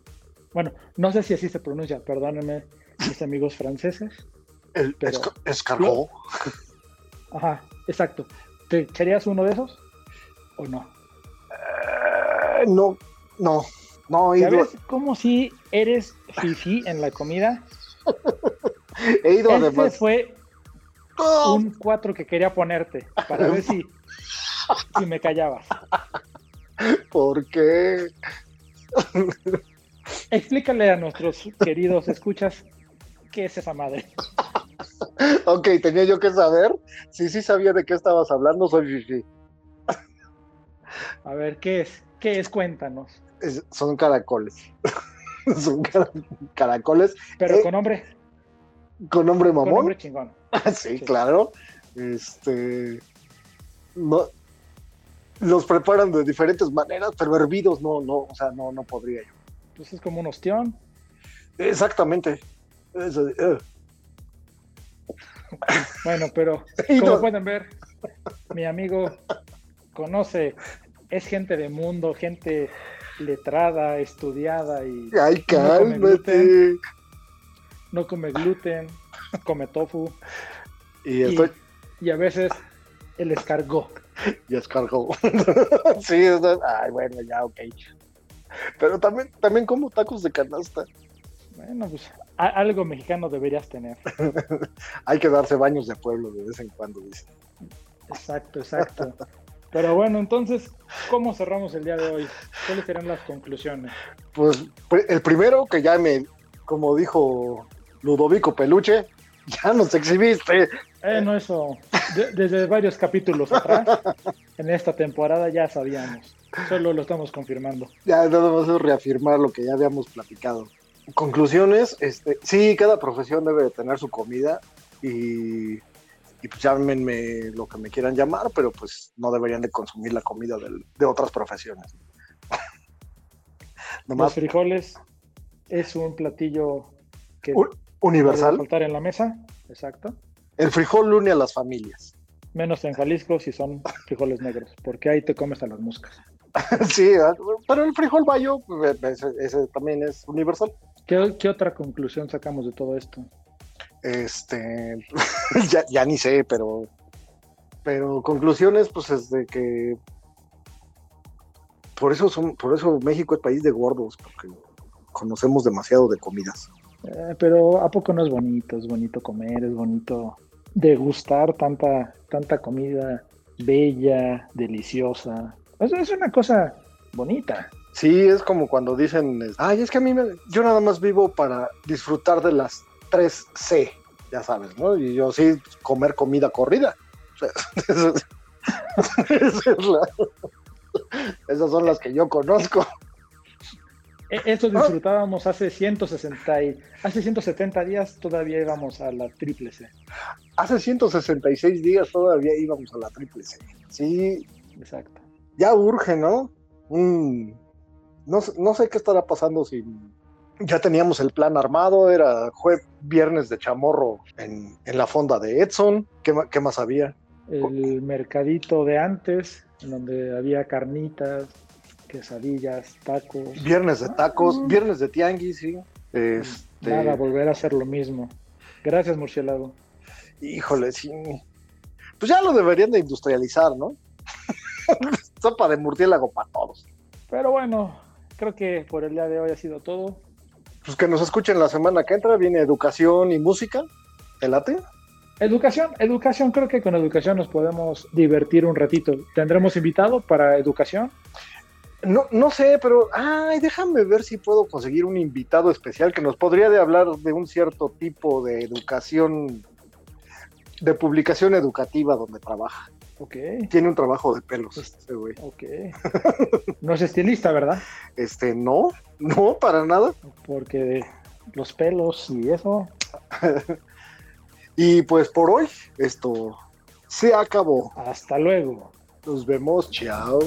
Speaker 2: Bueno, no sé si así se pronuncia, perdónenme mis amigos franceses.
Speaker 1: El
Speaker 2: pero-
Speaker 1: esca- escargot.
Speaker 2: Ajá, exacto. ¿Te echarías uno de esos o no?
Speaker 1: Eh, no, no, no, he
Speaker 2: ¿Ya
Speaker 1: ido,
Speaker 2: ves cómo si eres fifi en la comida?
Speaker 1: he ido
Speaker 2: Este
Speaker 1: además.
Speaker 2: fue
Speaker 1: *laughs* ¡Oh!
Speaker 2: un 4 que quería ponerte para ver si, si me callabas.
Speaker 1: ¿Por qué?
Speaker 2: Explícale a nuestros queridos escuchas qué es esa madre.
Speaker 1: Ok, tenía yo que saber. Sí, sí sabía de qué estabas hablando, soy fifi.
Speaker 2: A ver, ¿qué es? ¿Qué es? Cuéntanos.
Speaker 1: Es- son caracoles. *laughs* son cara- caracoles
Speaker 2: Pero
Speaker 1: Eh,
Speaker 2: con hombre,
Speaker 1: con nombre
Speaker 2: con
Speaker 1: mamón.
Speaker 2: hombre chingón.
Speaker 1: *laughs* sí,
Speaker 2: Sí.
Speaker 1: claro. Este. No. Los preparan de diferentes maneras, pero hervidos no, no, o sea, no, no podría yo.
Speaker 2: Pues es como un ostión.
Speaker 1: Exactamente. Eso, eh.
Speaker 2: Bueno,
Speaker 1: *laughs*
Speaker 2: pero
Speaker 1: Y
Speaker 2: *laughs* como
Speaker 1: no-
Speaker 2: pueden ver, mi amigo conoce, es gente de mundo, gente letrada, estudiada y
Speaker 1: Ay,
Speaker 2: come
Speaker 1: cálmate.
Speaker 2: gluten. no come gluten, come tofu
Speaker 1: Y
Speaker 2: y,
Speaker 1: estoy,
Speaker 2: y a veces el escargot.
Speaker 1: ya es cargo. *laughs* sí, o sea, ay, bueno, ya, ok. Pero también, también como tacos de canasta.
Speaker 2: Bueno, pues a- algo mexicano deberías tener.
Speaker 1: Hay que darse baños de pueblo de vez en cuando, dice. *laughs*
Speaker 2: Exacto, exacto. Pero bueno, entonces, ¿cómo cerramos el día de hoy? ¿Cuáles serán las conclusiones?
Speaker 1: Pues pr- el primero que ya me, como dijo Ludovico Peluche, *laughs* ya nos exhibiste.
Speaker 2: Eh, no, eso, de- desde varios capítulos atrás, en esta temporada ya sabíamos. Solo lo estamos confirmando.
Speaker 1: Ya nada más es reafirmar lo que ya habíamos platicado. Conclusiones, este, sí, cada profesión debe de tener su comida y, y pues llámenme lo que me quieran llamar, pero pues no deberían de consumir la comida del- de otras profesiones. *laughs*
Speaker 2: Los
Speaker 1: Nomás
Speaker 2: frijoles es un platillo que
Speaker 1: Un-
Speaker 2: debe
Speaker 1: universal,
Speaker 2: faltar en la mesa. Exacto.
Speaker 1: el frijol une a las familias. *laughs*
Speaker 2: Menos en Jalisco si son frijoles negros, porque ahí te comes a las moscas.
Speaker 1: sí, ¿verdad? pero el frijol bayo, pues, ese, ese también es universal.
Speaker 2: ¿Qué, ¿Qué otra conclusión sacamos de todo esto?
Speaker 1: Este, *laughs* ya, ya ni sé, pero, pero conclusiones, pues es de que por eso son, por eso México es país de gordos, porque conocemos demasiado de comidas.
Speaker 2: Eh, pero ¿a poco no es bonito? Es bonito comer, es bonito degustar tanta, tanta comida bella, deliciosa. Es, es una cosa bonita.
Speaker 1: Sí, es como cuando dicen, es- ay, es que a mí me, yo nada más vivo para disfrutar de las 3 C, ya sabes, ¿no? Y yo sí, pues, comer comida corrida. O sea, *laughs* esa es- esa es la- esas son las que yo conozco.
Speaker 2: E- Esto disfrutábamos hace 160 y hace 170 días todavía íbamos a la triple C.
Speaker 1: Hace 166 días todavía íbamos a la triple C. Sí,
Speaker 2: Exacto.
Speaker 1: ya urge, ¿no? Mm, no, sé- no sé qué estará pasando si ya teníamos el plan armado, era jueves, viernes de chamorro en, en la fonda de Edson. ¿Qué, ma- qué más había?
Speaker 2: El mercadito de antes, en donde había carnitas, quesadillas, tacos.
Speaker 1: Viernes de tacos, viernes de tianguis, sí. Este,
Speaker 2: Nada, volver a hacer lo mismo. Gracias, murciélago.
Speaker 1: híjole, sí. Pues ya lo deberían de industrializar, ¿no? *laughs* Sopa de murciélago para todos.
Speaker 2: Pero bueno, creo que por el día de hoy ha sido todo.
Speaker 1: Pues que nos escuchen la semana que entra, viene educación y música. ¿Te late?
Speaker 2: Educación, educación, creo que con educación nos podemos divertir un ratito. ¿Tendremos invitado para educación?
Speaker 1: No, no sé, pero ay, déjame ver si puedo conseguir un invitado especial que nos podría de hablar de un cierto tipo de educación, de publicación educativa donde trabaja.
Speaker 2: Ok,
Speaker 1: Tiene un trabajo de pelos este güey.
Speaker 2: ok. *laughs* No es estilista, ¿verdad?
Speaker 1: Este, no, no, para nada.
Speaker 2: Porque los pelos y eso.
Speaker 1: Y pues por hoy, esto se acabó.
Speaker 2: Hasta luego.
Speaker 1: Nos vemos, chao.